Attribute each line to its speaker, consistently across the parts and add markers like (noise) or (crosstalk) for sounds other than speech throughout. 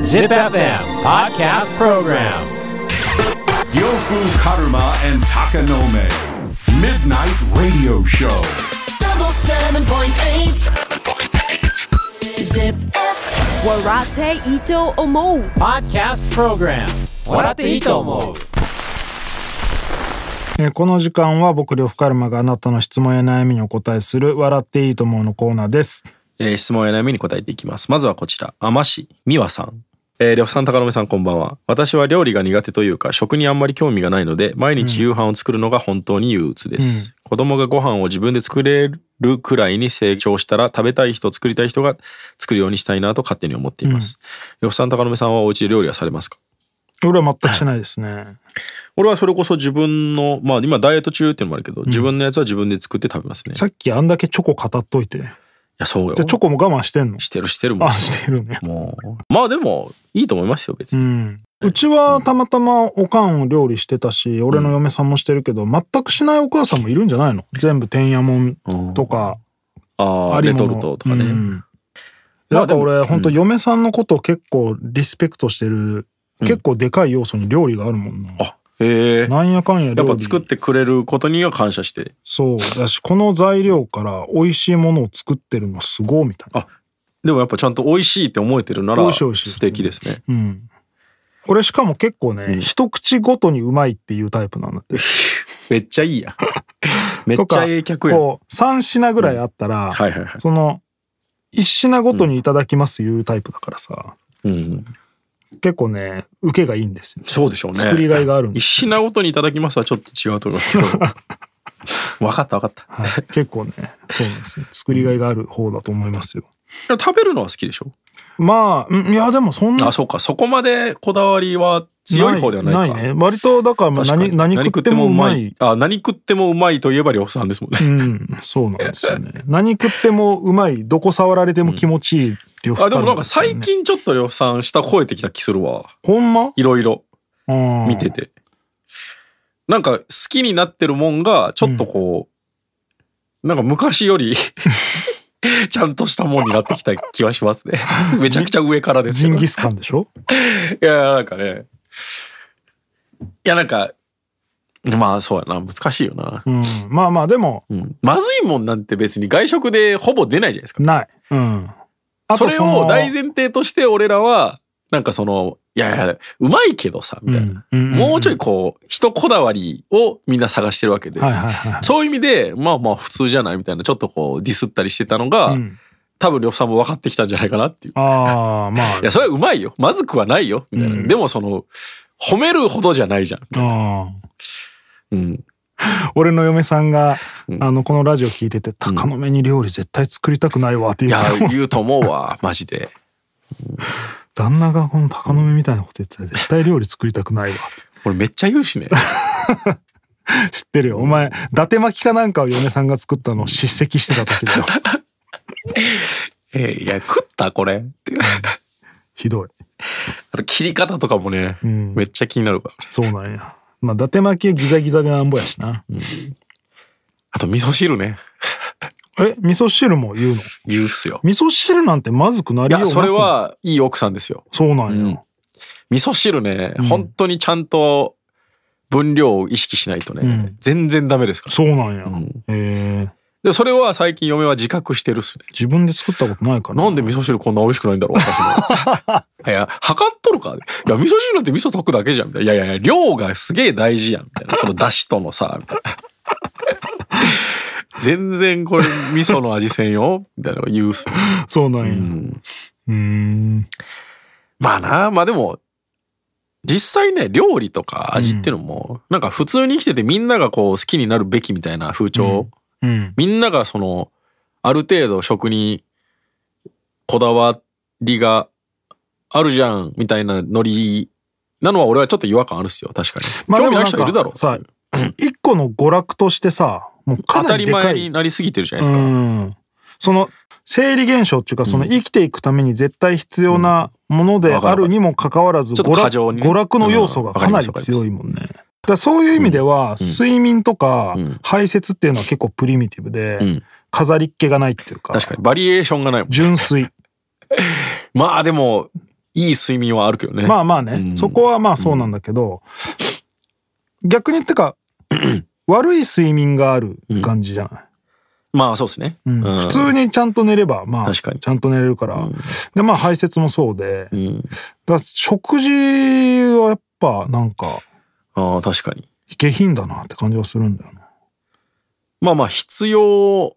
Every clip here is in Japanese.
Speaker 1: Zip FM Podcast Program
Speaker 2: Yofu Karuma and Takanome. Midnight Radio Show.
Speaker 3: double seven point eight. Zip.
Speaker 4: Warate Ito Omo
Speaker 1: Podcast Program 笑っていいと思う
Speaker 5: えーこの時間は僕呂布カルマがあなたの質問や悩みにお答えする「笑っていいと思う」のコーナーです
Speaker 6: えー質問や悩みに答えていきます。まずはこちら、あましみわさん。えー、りょふさん、高野目さん、こんばんは。私は料理が苦手というか、食にあんまり興味がないので、毎日夕飯を作るのが本当に憂鬱です。子供がご飯を自分で作れるくらいに成長したら、食べたい人、作りたい人が作るようにしたいなと勝手に思っています。りょふさん、高野目さんはお家で料理はされますか
Speaker 5: 俺は全くしないですね
Speaker 6: 俺はそれこそ自分の、まあ今ダイエット中っていうのもあるけど、自分のやつは自分で作って食べますね。
Speaker 5: さ
Speaker 6: い
Speaker 5: っきあんだけチョコ語っといてじゃ
Speaker 6: や、そうよ。
Speaker 5: あチョコも我慢してんの
Speaker 6: してるしてるもん
Speaker 5: あ。してるね
Speaker 6: もう。まあでも、いいと思いますよ、別
Speaker 5: う
Speaker 6: に。
Speaker 5: んうちはたまたまおかんを料理してたし俺の嫁さんもしてるけど全くしないお母さんもいるんじゃないの全部てんやもんとか
Speaker 6: ああ、
Speaker 5: り
Speaker 6: レ
Speaker 5: も
Speaker 6: ト
Speaker 5: の
Speaker 6: ルトとかね。
Speaker 5: うん
Speaker 6: ま
Speaker 5: な
Speaker 6: あ
Speaker 5: んか
Speaker 6: で
Speaker 5: 俺
Speaker 6: も
Speaker 5: ほんと嫁さんのことを結構リスペクトしてる
Speaker 6: ん
Speaker 5: 結構でかい要素に料理があるもんな
Speaker 6: あ、へえ。
Speaker 5: なんやかんや
Speaker 6: や
Speaker 5: 料
Speaker 6: っ
Speaker 5: 理
Speaker 6: ぱ作ってくれることには感謝して。
Speaker 5: そうだしこの材料から美味しいものを作ってるのすごいみたいな、
Speaker 6: あ、でもやっぱちゃんと美味しいって思えてるな
Speaker 5: 美
Speaker 6: ら、
Speaker 5: 味しい美味しい
Speaker 6: 素敵で
Speaker 5: (laughs)
Speaker 6: すね。
Speaker 5: うん、俺しかも結構ね、一口ごとにうまいっていうタイプなんだって
Speaker 6: めっちゃ
Speaker 5: (laughs)
Speaker 6: いいやん。めっ
Speaker 5: と
Speaker 6: ち
Speaker 5: か
Speaker 6: ゃええ客やん。は
Speaker 5: こう3品ぐらいあったら、
Speaker 6: いはいは
Speaker 5: その1品ごとにいただきますいうタイプだからさ、
Speaker 6: い。うん。
Speaker 5: 結構ね受けがいいんですよ
Speaker 6: そうでしょうね。
Speaker 5: 作りがいがあるんで
Speaker 6: 一品ごとにいただきますはちょっと違うと思いますけ
Speaker 5: (laughs)
Speaker 6: ど。わかったわかった。 (laughs)
Speaker 5: はい、結構ねそうなんですよ作りがいがある方だと思いますよ、
Speaker 6: でも食べるのは好きでしょ
Speaker 5: まあうんいやでもそんな
Speaker 6: あ、そうか。そこまでこだわりは強い方ではないか。
Speaker 5: ないね割とだからまあ
Speaker 6: 確かに
Speaker 5: 何何食ってもうまい
Speaker 6: あ、何食ってもうまいといえば両さんですもんね。
Speaker 5: うん、そうなんですよね。 (laughs) 何食ってもうまい、どこ触られても気持ちいい両方、
Speaker 6: あでもなんか最。近ちょっと呂布さん下超えてきた気するわ
Speaker 5: ほんま
Speaker 6: いろいろ見
Speaker 5: 見
Speaker 6: て。て、なんか好きになってるもんがちょっとこう、なんか昔
Speaker 5: (laughs)
Speaker 6: よりちゃんとしたもんになってきた気はします
Speaker 5: (laughs)
Speaker 6: ねめちゃくちゃ上からです
Speaker 5: ジ
Speaker 6: よ
Speaker 5: ンギスカンでしょ
Speaker 6: いやなんかねいやなんかまあそうやな難しいよな、
Speaker 5: うん。まあまあ、でも、
Speaker 6: うんまずいもんなんて別に外食でほぼ出ないじゃないですか
Speaker 5: ない。うん。
Speaker 6: それを大
Speaker 5: 事
Speaker 6: 前提として俺らはなんかそのいやいやうまいけどさみたいな、
Speaker 5: うんうんうんうん
Speaker 6: もうちょいこう人こだわりをみんな探してるわけで、
Speaker 5: はいはいはい。
Speaker 6: そういう意味でまあまあ普通じゃないみたいなちょっとこうディスったりしてたのが、
Speaker 5: うん
Speaker 6: 多分呂布さんも分かってきたんじゃないかなっていう。
Speaker 5: ああ、まあ
Speaker 6: いやそれはうまいよまずくはないよみたいな、
Speaker 5: うん
Speaker 6: でもその褒めるほどじゃないじゃん、
Speaker 5: あ
Speaker 6: うん、
Speaker 5: あ。俺の嫁さんが、
Speaker 6: うん
Speaker 5: あの、このラジオ聞いてて、鷹の目に料理絶対作りたくないわって
Speaker 6: い
Speaker 5: 言
Speaker 6: や
Speaker 5: ってたもん
Speaker 6: 言うと思うわマジで
Speaker 5: 旦那がこの鷹の目みたいなこと言ってたら絶対料理作りたくないわって。
Speaker 6: 俺めっちゃ言うしね
Speaker 5: 知ってるよ。お前、伊達巻きかなんかを嫁さんが作ったのを叱責してた時だ
Speaker 6: (laughs)
Speaker 5: よ。
Speaker 6: えいや食ったこれっていう
Speaker 5: ひどい。
Speaker 6: あと切り方とかもね、
Speaker 5: ん
Speaker 6: めっちゃ気になるから
Speaker 5: そうなんや。まあ、伊達巻きはギザギザでなんぼやしな。
Speaker 6: あと味噌汁ね。
Speaker 5: え、味噌汁も言うの
Speaker 6: 言うっすよ。
Speaker 5: 味噌汁なんてまずくないりよう
Speaker 6: や、
Speaker 5: なく
Speaker 6: それ。はいい奥さんですよ。
Speaker 5: そうなんや。
Speaker 6: 味噌汁ね、本当にちゃんと分量を意識しないとね、
Speaker 5: ん
Speaker 6: 全然ダメですから。
Speaker 5: そうなんや。
Speaker 6: ん
Speaker 5: えー
Speaker 6: で、それは最近嫁は自覚してるっすね。
Speaker 5: 自分で作ったことないから。
Speaker 6: なんで味噌汁こんな美味しくないんだろう私
Speaker 5: (laughs)
Speaker 6: も。いや、測っとるか。いや、味噌汁なんて味噌炊くだけじゃん。みたいないやいやいや、量がすげえ大事やん。みたいな。その出汁とのさ、みたい
Speaker 5: (laughs)
Speaker 6: な。全然これ味噌の味せんよ。みたいなの言うっすね。
Speaker 5: そうなんや。う
Speaker 6: う
Speaker 5: んーん。
Speaker 6: まあなまあでも実際ね料理とか味っていうのも、なんか普通に生きててみんながこう好きになるべきみたいな風潮、
Speaker 5: うん。
Speaker 6: みんながそのある程度食にこだわりがあるじゃんみたいなノリなのは俺はちょっと違和感あるっすよ確かに、興味ない人いるだろう
Speaker 5: さ、一個の娯楽としてさ、もうか
Speaker 6: 当
Speaker 5: な
Speaker 6: た
Speaker 5: り
Speaker 6: り
Speaker 5: でか
Speaker 6: 前
Speaker 5: い
Speaker 6: に。なりすぎてるじゃないですか、
Speaker 5: うん。その、生理現象っていうか、その生きていくために絶対必要なものであるにもかかわらず、
Speaker 6: ちょっ
Speaker 5: 娯
Speaker 6: と過
Speaker 5: 楽
Speaker 6: 剰にね
Speaker 5: 娯楽の要素がかなり強いもんね。だからそういう意味では、睡眠とか
Speaker 6: ん
Speaker 5: 排泄っていうのは結構プリミティブで、
Speaker 6: ん
Speaker 5: 飾りっ気がないっていうか、 (laughs)
Speaker 6: 確かにバリエーションがないもん
Speaker 5: 純粋。
Speaker 6: まあでもいい睡眠はあるけどね
Speaker 5: まあまあね、
Speaker 6: うん
Speaker 5: そこはまあそうなんだけど、逆に言って (clears throat) か悪い睡眠がある感じじゃない、
Speaker 6: まあそうですね、
Speaker 5: うん
Speaker 6: うん
Speaker 5: 普通にちゃんと寝ればまあ
Speaker 6: 確かに
Speaker 5: ちゃんと寝れるから、でまあ排泄もそうで、だか
Speaker 6: うん
Speaker 5: ら食事はやっぱなんか
Speaker 6: ああ確かに
Speaker 5: 下品だなって感じはするんだよね
Speaker 6: まあまあ必要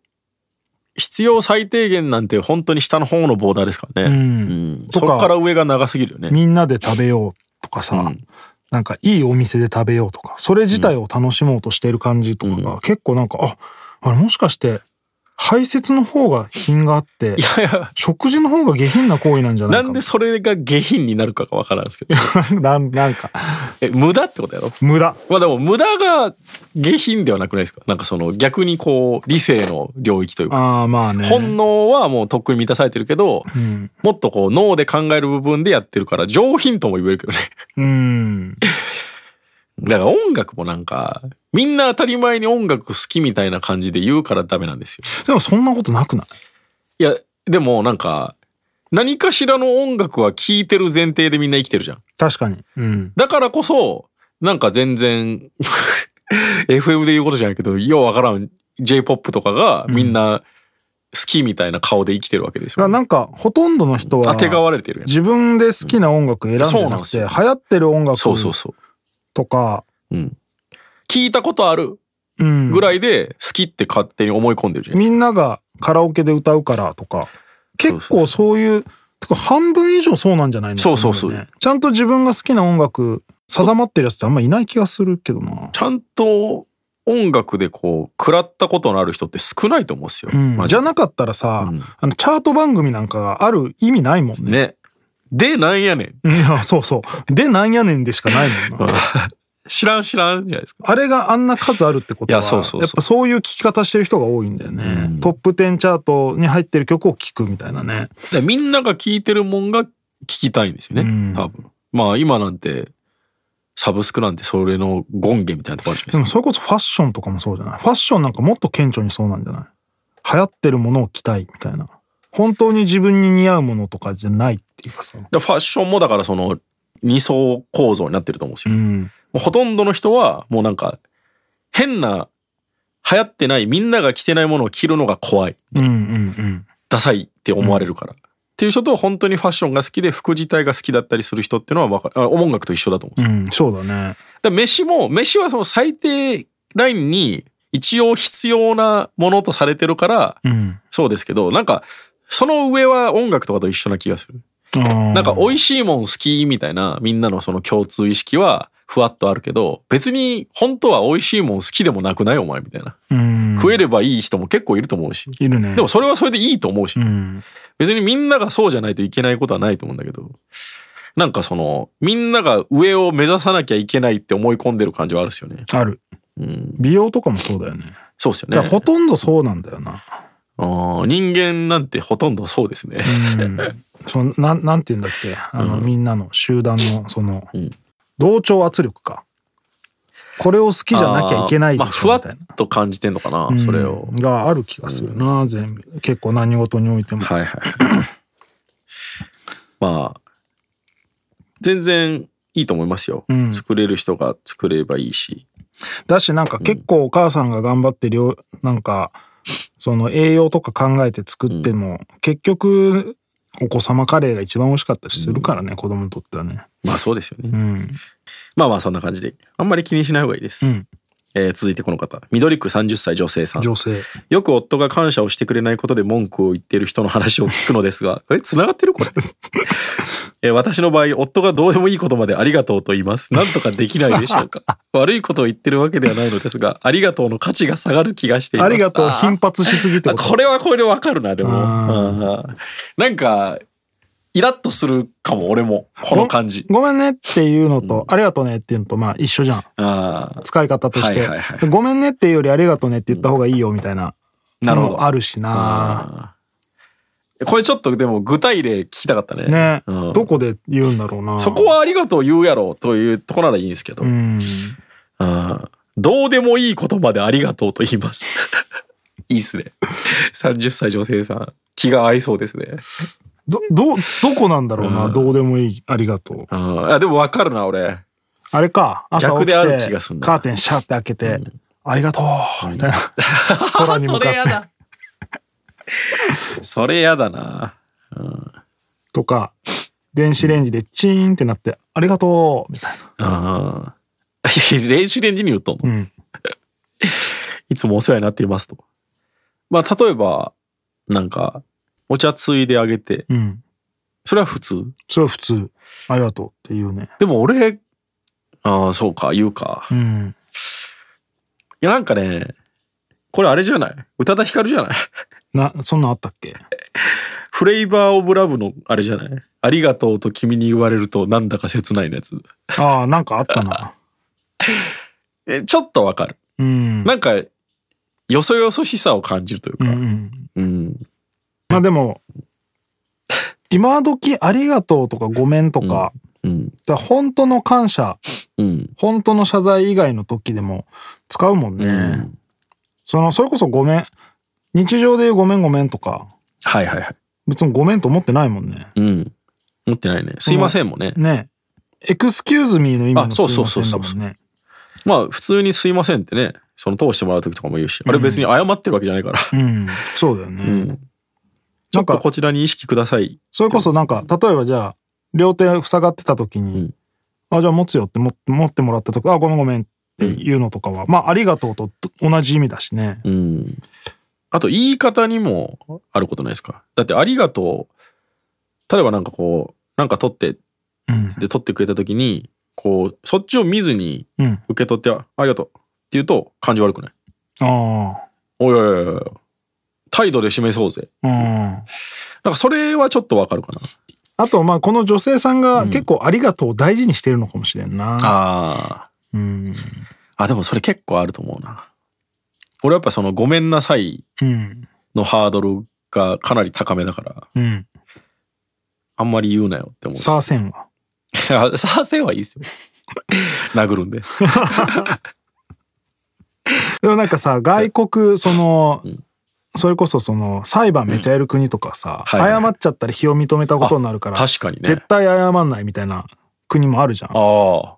Speaker 6: 必要最低限なんて本当に下の方のボーダーですからね、
Speaker 5: うん
Speaker 6: うん
Speaker 5: と
Speaker 6: そ
Speaker 5: か
Speaker 6: こから上が長すぎるよね
Speaker 5: みんなで食べようとかさ、
Speaker 6: うん
Speaker 5: なんかいいお店で食べようとかそれ自体を楽しもうとしてる感じとかが、結構なんかああれもしかして排泄の方が品があって
Speaker 6: いやいや
Speaker 5: 食事の方が下品な行為なんじゃな
Speaker 6: ない
Speaker 5: か
Speaker 6: ん
Speaker 5: も
Speaker 6: でそれが下品になるかがわからんです
Speaker 5: (laughs)
Speaker 6: けど
Speaker 5: なんなんか
Speaker 6: え無駄ってことやろ
Speaker 5: 無駄
Speaker 6: まあでも無駄が下品ではなくないですかなんかその逆にこう理性の領域というか
Speaker 5: ああまあね
Speaker 6: 本能はもうとっくに満たされてるけど、
Speaker 5: ん
Speaker 6: もっとこう脳で考える部分でやってるから上品とも言えるけどね
Speaker 5: うん
Speaker 6: だから音楽もなんかみんな当たり前に音楽好きみたいな感じで言うからダメなんですよ
Speaker 5: でもそんなことなくない
Speaker 6: いやでもなんか何かしらの音楽は聴いてる前提でみんな生きてるじゃん
Speaker 5: 確かにうん
Speaker 6: だからこそなんか全然 (laughs) FM で言うことじゃないけどようわからん J-POP とかがみんな好きみたいな顔で生きてるわけです
Speaker 5: だか
Speaker 6: よ、
Speaker 5: らなんかほとんどの人は
Speaker 6: 当てがわれてるやん
Speaker 5: 自分で好きな音楽選ん
Speaker 6: そう
Speaker 5: で
Speaker 6: な
Speaker 5: なん
Speaker 6: で
Speaker 5: く
Speaker 6: す
Speaker 5: て流
Speaker 6: よ
Speaker 5: 行ってる音楽
Speaker 6: そうそうそ
Speaker 5: とか
Speaker 6: ううん聞いたことある
Speaker 5: うん
Speaker 6: ぐらいで好きって勝手に思い込んでるじゃない
Speaker 5: み
Speaker 6: ですか
Speaker 5: んながカラオケで歌うからとか結構そういうてか半分以上そうなんじゃないの
Speaker 6: そうそうそう
Speaker 5: と思よねちゃんと自分が好きな音楽定まってるやつってあんまいない気がするけどな
Speaker 6: ちゃんと音楽でこう食らったことのある人って少ないと思うんですよ、
Speaker 5: うん
Speaker 6: マジ
Speaker 5: じ
Speaker 6: で
Speaker 5: ゃなかったらさ、
Speaker 6: うん
Speaker 5: あのチャート番組なんかがある意味ないもんね。
Speaker 6: ねでなんやねん
Speaker 5: いや (laughs) そうそう。でなんやねんでしかない
Speaker 6: (laughs)
Speaker 5: もんな。
Speaker 6: 知らん知らんじゃないですか
Speaker 5: あれがあんな数あるってこと
Speaker 6: い
Speaker 5: は
Speaker 6: やそうそうそう
Speaker 5: やっぱそういう聞き方してる人が多いんだよね、
Speaker 6: うん
Speaker 5: トップ10チャートに入ってる曲を聴くみたいなね。
Speaker 6: でみんなが聞いてるもんが聞きたいんですよね、
Speaker 5: うん
Speaker 6: 多分まあ今なんてサブスクなんてそれの権限みたいなとこあるじゃな
Speaker 5: で
Speaker 6: い
Speaker 5: も
Speaker 6: ですか、
Speaker 5: それこそファッションとかもそうじゃないファッションなんかもっと顕著にそうなんじゃない流行ってるものを着たいみたいな。本当に自分に似合うものとかじゃないっていうかさ。
Speaker 6: でファッションもだからその二層構造になってると思うんです
Speaker 5: う
Speaker 6: よ、
Speaker 5: ん。
Speaker 6: もうほとんどの人はもうなんか変な流行ってないみんなが着てないものを着るのが怖い
Speaker 5: うんうんうん。
Speaker 6: ダサいって思われるから、っていう人と本当にファッションが好きで服自体が好きだったりする人っていうのはわかるあ音楽と一緒だと思うんですよ
Speaker 5: うん、そうだね。
Speaker 6: だから飯も飯はその最低ラインに一応必要なものとされてるから
Speaker 5: うん。
Speaker 6: そうですけどなんかその上は音楽とかと一緒な気がする
Speaker 5: な
Speaker 6: なんか美味しいもん好きみたいなみんなのその共通意識はふわっとあるけど別に本当は美味しいもん好きでもなくないお前みたいな
Speaker 5: うん、
Speaker 6: 食えればいい人も結構いると思うし
Speaker 5: いるね。
Speaker 6: でもそれはそれでいいと思うし
Speaker 5: うん、
Speaker 6: 別にみんながそうじゃないといけないことはないと思うんだけどなんかそのみんなが上を目指さなきゃいけないって思い込んでる感じはあるっすよね
Speaker 5: ある。
Speaker 6: うん
Speaker 5: 美容とかもそうだよね。
Speaker 6: そうっすよ
Speaker 5: だからほ
Speaker 6: ね
Speaker 5: とんどそうなんだよな。
Speaker 6: あー人間なんてほとんどそうですね
Speaker 5: うん、そのなんなんて言うんだっけあの、みんなの集団のその、
Speaker 6: うん
Speaker 5: 同調圧力か。これを好きじゃなきゃいけないで
Speaker 6: あーまあ、
Speaker 5: し
Speaker 6: ふ
Speaker 5: ょ
Speaker 6: わ
Speaker 5: み
Speaker 6: った
Speaker 5: いな。
Speaker 6: と感じてんのかな、
Speaker 5: うん
Speaker 6: それを
Speaker 5: がある気がするな、全部結構何事においても、
Speaker 6: はいはいまあ全然いいと思いますよ、
Speaker 5: うん
Speaker 6: 作れる人が作ればいいし
Speaker 5: だしなんか結構お母さんが頑張ってりょなんかその栄養とか考えて作っても、結局お子様カレーが一番美味しかったりするからね、子供にとってはね
Speaker 6: まあそうですよね、
Speaker 5: うん
Speaker 6: まあまあそんな感じであんまり気にしない方がいいです、
Speaker 5: うん
Speaker 6: えー続いてこの方緑区30歳女性さん
Speaker 5: 女性
Speaker 6: よく夫が感謝をしてくれないことで文句を言っている人の話を聞くのですが (laughs) え繋がってるこれえ私の場合夫がどうでもいいことまでありがとうと言いますなんとかできないでしょ
Speaker 5: (laughs)
Speaker 6: うか悪いことを言ってるわけではないのですがありがとうの価値が下がる気がしていま
Speaker 5: あ
Speaker 6: す
Speaker 5: りがとう
Speaker 6: あー
Speaker 5: 頻発しすぎって
Speaker 6: あ
Speaker 5: こと
Speaker 6: これはこれでわかるなでも
Speaker 5: あ
Speaker 6: うんなんかイラッとするかも俺もこの感じ
Speaker 5: ごごめんねっていうのと、ありがとうねっていうのとまあ一緒じゃん
Speaker 6: あー
Speaker 5: 使い方として、
Speaker 6: はいはいはい
Speaker 5: ごめんねっていうよりありがとうねって言った方がいいよみたいな
Speaker 6: なるほ
Speaker 5: の
Speaker 6: ど
Speaker 5: もあるしな
Speaker 6: うんこれちょっとでも具体例聞きたかったね
Speaker 5: ね、
Speaker 6: うん
Speaker 5: どこで言うんだろうな
Speaker 6: そこはありがとう言うやろというところならいいんですけど、
Speaker 5: うん
Speaker 6: うんどうでもいいことまでありがとうと言います。いいっすね。30歳女性さん、気が合いそうですね。
Speaker 5: ど、ど、どこなんだろうな、どうでもいい、ありがとう。
Speaker 6: うんあでも分かるな俺
Speaker 5: あれか、朝起きて、
Speaker 6: 逆である気がすんな
Speaker 5: カーテンシャーって開けて、ありがとうみたいな。空に向かって。
Speaker 6: だ (laughs) それやだな
Speaker 5: とか、電子レンジでチーンってなって、ありがとうみたいな。
Speaker 6: (laughs) ああ電子レンジに言っとんの、
Speaker 5: うん
Speaker 6: いつもお世話になっていますとまあ例えばなんかお茶ついであげて
Speaker 5: うん。
Speaker 6: それは普通
Speaker 5: それは普通。ありがとうっていうね。
Speaker 6: でも俺ああそうか言うか
Speaker 5: うん。
Speaker 6: いやなんかねこれあれじゃない宇多田ヒカルじゃない (laughs)
Speaker 5: な、そんなんあったっけ
Speaker 6: フレイバーオブラブのあれじゃないありがとうと君に言われるとなんだか切ないのやつ
Speaker 5: ああ、なんかあった
Speaker 6: (laughs)
Speaker 5: な。
Speaker 6: えちょっとわかる
Speaker 5: うん。
Speaker 6: なんかよそよそしさを感じるという
Speaker 5: うんう
Speaker 6: か
Speaker 5: ん。
Speaker 6: うん
Speaker 5: まあでも、今時ありがとうとかごめんとか、
Speaker 6: う
Speaker 5: だ
Speaker 6: ん
Speaker 5: から本当の感謝、
Speaker 6: うん
Speaker 5: 本当の謝罪以外の時でも使うもんね。
Speaker 6: うん
Speaker 5: その、それこそごめん。日常で言うごめんごめんとか、
Speaker 6: はいはいはい
Speaker 5: 別にごめんと思ってないもんね。
Speaker 6: うん持ってないねすいませんもね
Speaker 5: ねエクスキューズミーの意味の
Speaker 6: あ
Speaker 5: す
Speaker 6: そう
Speaker 5: い
Speaker 6: そう
Speaker 5: ませ
Speaker 6: そうんそ
Speaker 5: だ
Speaker 6: う
Speaker 5: もんね。
Speaker 6: まあ普通にすいませんってねその通してもらう時とかも言うしあれ別に謝ってるわけじゃないから
Speaker 5: うん。そうだよね。
Speaker 6: うんち
Speaker 5: なん
Speaker 6: ょっと
Speaker 5: か、
Speaker 6: こちらに意識ください
Speaker 5: それこそなんか、例えばじゃあ、両手塞がってた時に、あ、じゃあ持つよって持持ってもらった時、あ、ごめんごめんっていうのとかは、まあ、ありがとうと同じ意味だしね。
Speaker 6: うん。あと言い方にもあることないですかだって「ありがとう」例えばなんかこうなんか取って
Speaker 5: うん。
Speaker 6: で取ってくれた時にこうそっちを見ずに
Speaker 5: うん。
Speaker 6: 受け取ってあ「ありがとう」って言うと感じ悪くない
Speaker 5: あ
Speaker 6: おいおいおいおい態度で示そうぜ
Speaker 5: あ。うん。
Speaker 6: なんかそれはちょっとわかるかな
Speaker 5: あと、まあ、この女性さんが結構ありがとうを大事にしてるのかもしれんな。
Speaker 6: あ
Speaker 5: うん。
Speaker 6: あでもそれ結構あると思うな俺やっぱその「ごめんなさい
Speaker 5: うん。」
Speaker 6: のハードルがかなり高めだから
Speaker 5: うん。
Speaker 6: あんまり言うなよって思うし
Speaker 5: さあせんわ。
Speaker 6: あ (laughs) サーセンはいいですよ。殴
Speaker 5: (laughs)
Speaker 6: るんで。
Speaker 5: でもなんかさ、外国、その、それこそその裁判めっちゃやる国とかさ、
Speaker 6: はいはい
Speaker 5: 謝っちゃったり非を認めたことになるから、
Speaker 6: 確かにね。
Speaker 5: 絶対謝んないみたいな国もあるじゃん。
Speaker 6: あ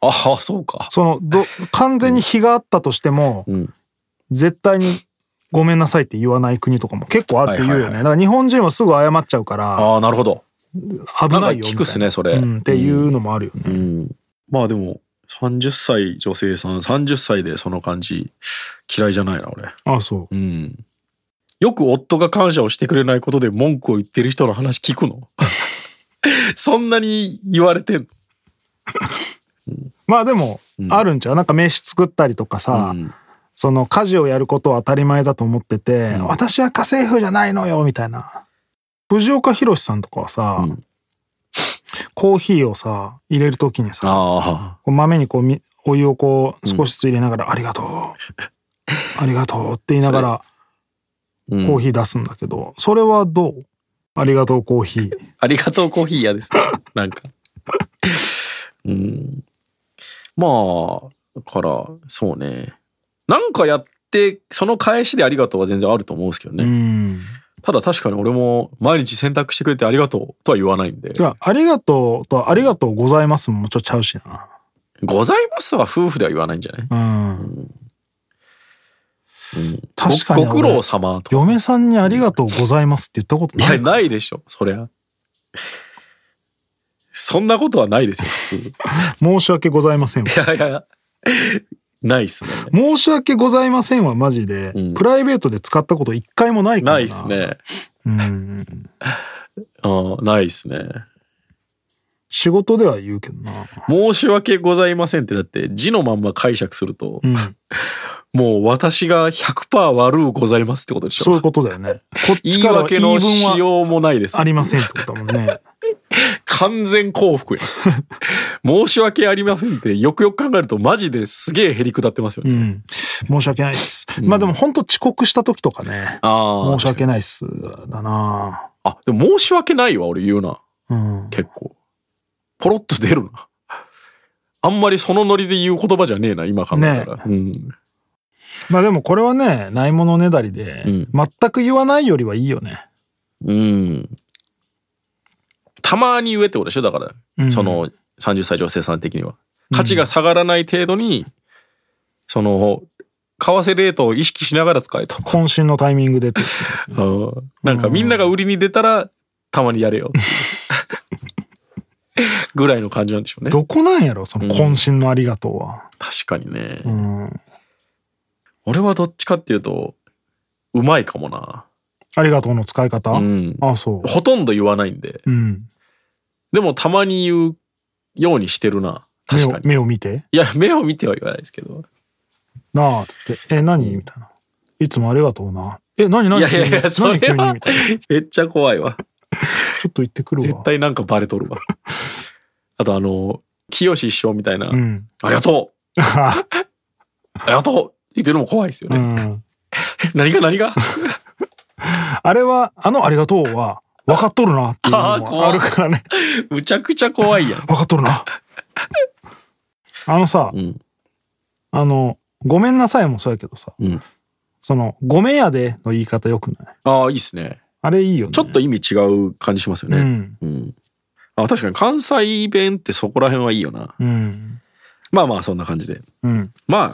Speaker 6: あ。ああ、そうか。
Speaker 5: そのど、完全に非があったとしても、
Speaker 6: うん。
Speaker 5: 絶対にごめんなさいって言わない国とかも結構あるって言うよね。
Speaker 6: はいはいはい
Speaker 5: だから日本人はすぐ謝っちゃうから、
Speaker 6: ああ、なるほど。
Speaker 5: 危
Speaker 6: なんか
Speaker 5: ないよみたいな。
Speaker 6: 聞くっすね、それ。
Speaker 5: うん、っていうのもあるよね。
Speaker 6: うん。まあでも、30歳女性さん、30歳でその感じ、嫌いじゃないな、俺。
Speaker 5: ああ、そう。
Speaker 6: うん。よく夫が感謝をしてくれないことで文句を言ってる人の話聞くの (laughs) そんなに言われてんの
Speaker 5: まあでも、
Speaker 6: ん
Speaker 5: あるんちゃうなんか飯作ったりとかさ、
Speaker 6: うん
Speaker 5: その家事をやることは当たり前だと思ってて、
Speaker 6: ん
Speaker 5: 私は家政婦じゃないのよみたいな藤岡弘さんとかはさ、
Speaker 6: うん
Speaker 5: コーヒーをさ入れる時にさ
Speaker 6: ああ。
Speaker 5: こう豆にこうみお湯をこう少しずつ入れながら「ありがとう」
Speaker 6: (laughs)
Speaker 5: 「ありがとう」って言いながら
Speaker 6: うん
Speaker 5: コーヒー出すんだけど、それはどうありがとうコーヒー。
Speaker 6: ありがとうコーヒー嫌ですね。なんか。うん。まあ、だから、そうね。なんかやって、その返しでありがとうは全然あると思うんですけどね。
Speaker 5: うん。
Speaker 6: ただ確かに俺も毎日洗濯してくれてありがとうとは言わないんで。
Speaker 5: じゃあ、ありがとうとありがとうございますもちょっとちゃうしな。
Speaker 6: ございますは夫婦では言わないんじゃない
Speaker 5: うん。確かに
Speaker 6: ごご苦労様とか。
Speaker 5: 嫁さんにありがとうございますって言ったこと
Speaker 6: い
Speaker 5: な
Speaker 6: や、
Speaker 5: い。
Speaker 6: ないでしょ、そりゃ。そんなことはないですよ、
Speaker 5: 申し訳ございませんわ。
Speaker 6: 普通。いやいや、ないっすね。
Speaker 5: 申し訳ございませんはマジで、
Speaker 6: うん
Speaker 5: プライベートで使ったこと一回もないから
Speaker 6: ないっす。ね。
Speaker 5: うん。
Speaker 6: うん、ないっすね。
Speaker 5: 仕事では言うけどな。
Speaker 6: 申し訳ございませんってだって字のまんま解釈すると、
Speaker 5: うん。
Speaker 6: もう私が100%悪うございますってことでし
Speaker 5: そうい
Speaker 6: ょ
Speaker 5: うことだよ
Speaker 6: (laughs)
Speaker 5: ね。こっ
Speaker 6: 言
Speaker 5: ち
Speaker 6: い
Speaker 5: からは
Speaker 6: 訳
Speaker 5: 言い
Speaker 6: の
Speaker 5: 分
Speaker 6: し
Speaker 5: は
Speaker 6: ようもないです
Speaker 5: ありませんってことだもん
Speaker 6: (laughs)
Speaker 5: ね。
Speaker 6: 完全幸
Speaker 5: (laughs)
Speaker 6: 福や申し訳ありませんってよくよく考えるとマジですげえへりくだってますよ
Speaker 5: う
Speaker 6: ね、
Speaker 5: ん。申し訳ないっす。まあでも本当遅刻した時とかね。
Speaker 6: ああ
Speaker 5: 申し訳ないっす。だな
Speaker 6: あでも申し訳ないわ俺言うな
Speaker 5: うん。
Speaker 6: 結構ポロッと出るなあんまりそのノリで言う言葉じゃねえな今考えたら、うん
Speaker 5: まあでもこれはね、ないものねだりで、
Speaker 6: うん
Speaker 5: 全く言わないよりはいいよね。
Speaker 6: うんたまに植えってことでしょだから、
Speaker 5: ん
Speaker 6: その30歳女性さん的には価値が下がらない程度に、その為替レートを意識しながら使えと、
Speaker 5: 渾身のタイミングでって。
Speaker 6: うんなんかみんなが売りに出たらたまにや
Speaker 5: (laughs)
Speaker 6: れよっていうぐらいの感じなんでしょうね
Speaker 5: どこなんやろその渾身のありがとうは。
Speaker 6: 確かにね、
Speaker 5: うん。
Speaker 6: 俺はどっちかっていうとうまいかもな
Speaker 5: ありがとうの使い方
Speaker 6: うん
Speaker 5: あ、そ
Speaker 6: ほとんど言わないんで
Speaker 5: う。うん。
Speaker 6: でもたまに言うようにしてるな
Speaker 5: 目
Speaker 6: 確
Speaker 5: を
Speaker 6: かに
Speaker 5: 目を見て。
Speaker 6: いや目を見ては言わないですけど
Speaker 5: なあ、つって。え、何みたいな。いつもありがとうな。え、何何
Speaker 6: いやいやい
Speaker 5: 急
Speaker 6: や
Speaker 5: に
Speaker 6: そ
Speaker 5: 何
Speaker 6: れ
Speaker 5: 急に
Speaker 6: は
Speaker 5: みたいな。
Speaker 6: めっちゃ怖いわ
Speaker 5: ちょっと行ってくる
Speaker 6: 絶
Speaker 5: わ。
Speaker 6: 対なんかバレと
Speaker 5: (laughs)
Speaker 6: るわあとあの清志師匠みたいな、
Speaker 5: うん。
Speaker 6: ありがと
Speaker 5: (laughs)
Speaker 6: うありがとう言ってるのも怖いですよ
Speaker 5: う
Speaker 6: ね、
Speaker 5: ん。
Speaker 6: 何が何が
Speaker 5: あれは、あのありがとうは、分かっとるなっていうの
Speaker 6: あー
Speaker 5: も
Speaker 6: 怖
Speaker 5: あ
Speaker 6: い
Speaker 5: るからね。
Speaker 6: むちゃくちゃ怖いやん
Speaker 5: 分かっとるな。あのさ、
Speaker 6: うん
Speaker 5: あの、ごめんなさいもそうやけどさ、
Speaker 6: うん
Speaker 5: その、ごめんやでの言い方よくない
Speaker 6: ああいいっすね
Speaker 5: あれいいよね。
Speaker 6: ちょっと意味違う感じしますよ
Speaker 5: う
Speaker 6: ね
Speaker 5: ん。
Speaker 6: うん、あ確かに関西弁ってそこら辺はいいよな
Speaker 5: うん。
Speaker 6: まあまあそんな感じで
Speaker 5: うん。
Speaker 6: まあ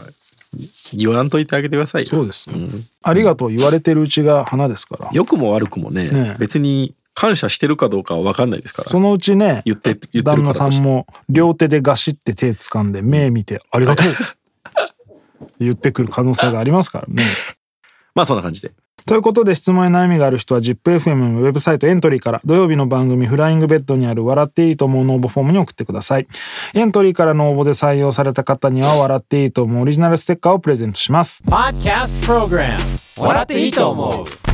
Speaker 6: 言わんといてあげてくださいよ
Speaker 5: そうですよ、ありがとう言われてるうちが花ですから。
Speaker 6: 良くも悪くもね
Speaker 5: ねえ
Speaker 6: 別に感謝してるかどうかは分かんないですから
Speaker 5: そのうちね、
Speaker 6: 言って言って
Speaker 5: 旦
Speaker 6: るか
Speaker 5: 那さ
Speaker 6: ら
Speaker 5: んも両手でガシって手掴んで目見て「ありがとう」
Speaker 6: (laughs)
Speaker 5: 言ってくる可能性がありますからね。
Speaker 6: まあそんな感じで
Speaker 5: ということで質問や悩みがある人は ZIPFM のウェブサイトエントリーから土曜日の番組「フライングベッド」にある「笑っていいと思う」の応募フォームに送ってくださいエントリーからの応募で採用された方には「笑っていいと思う」オリジナルステッカーをプレゼントします
Speaker 1: Podcast Program 笑っていいと思う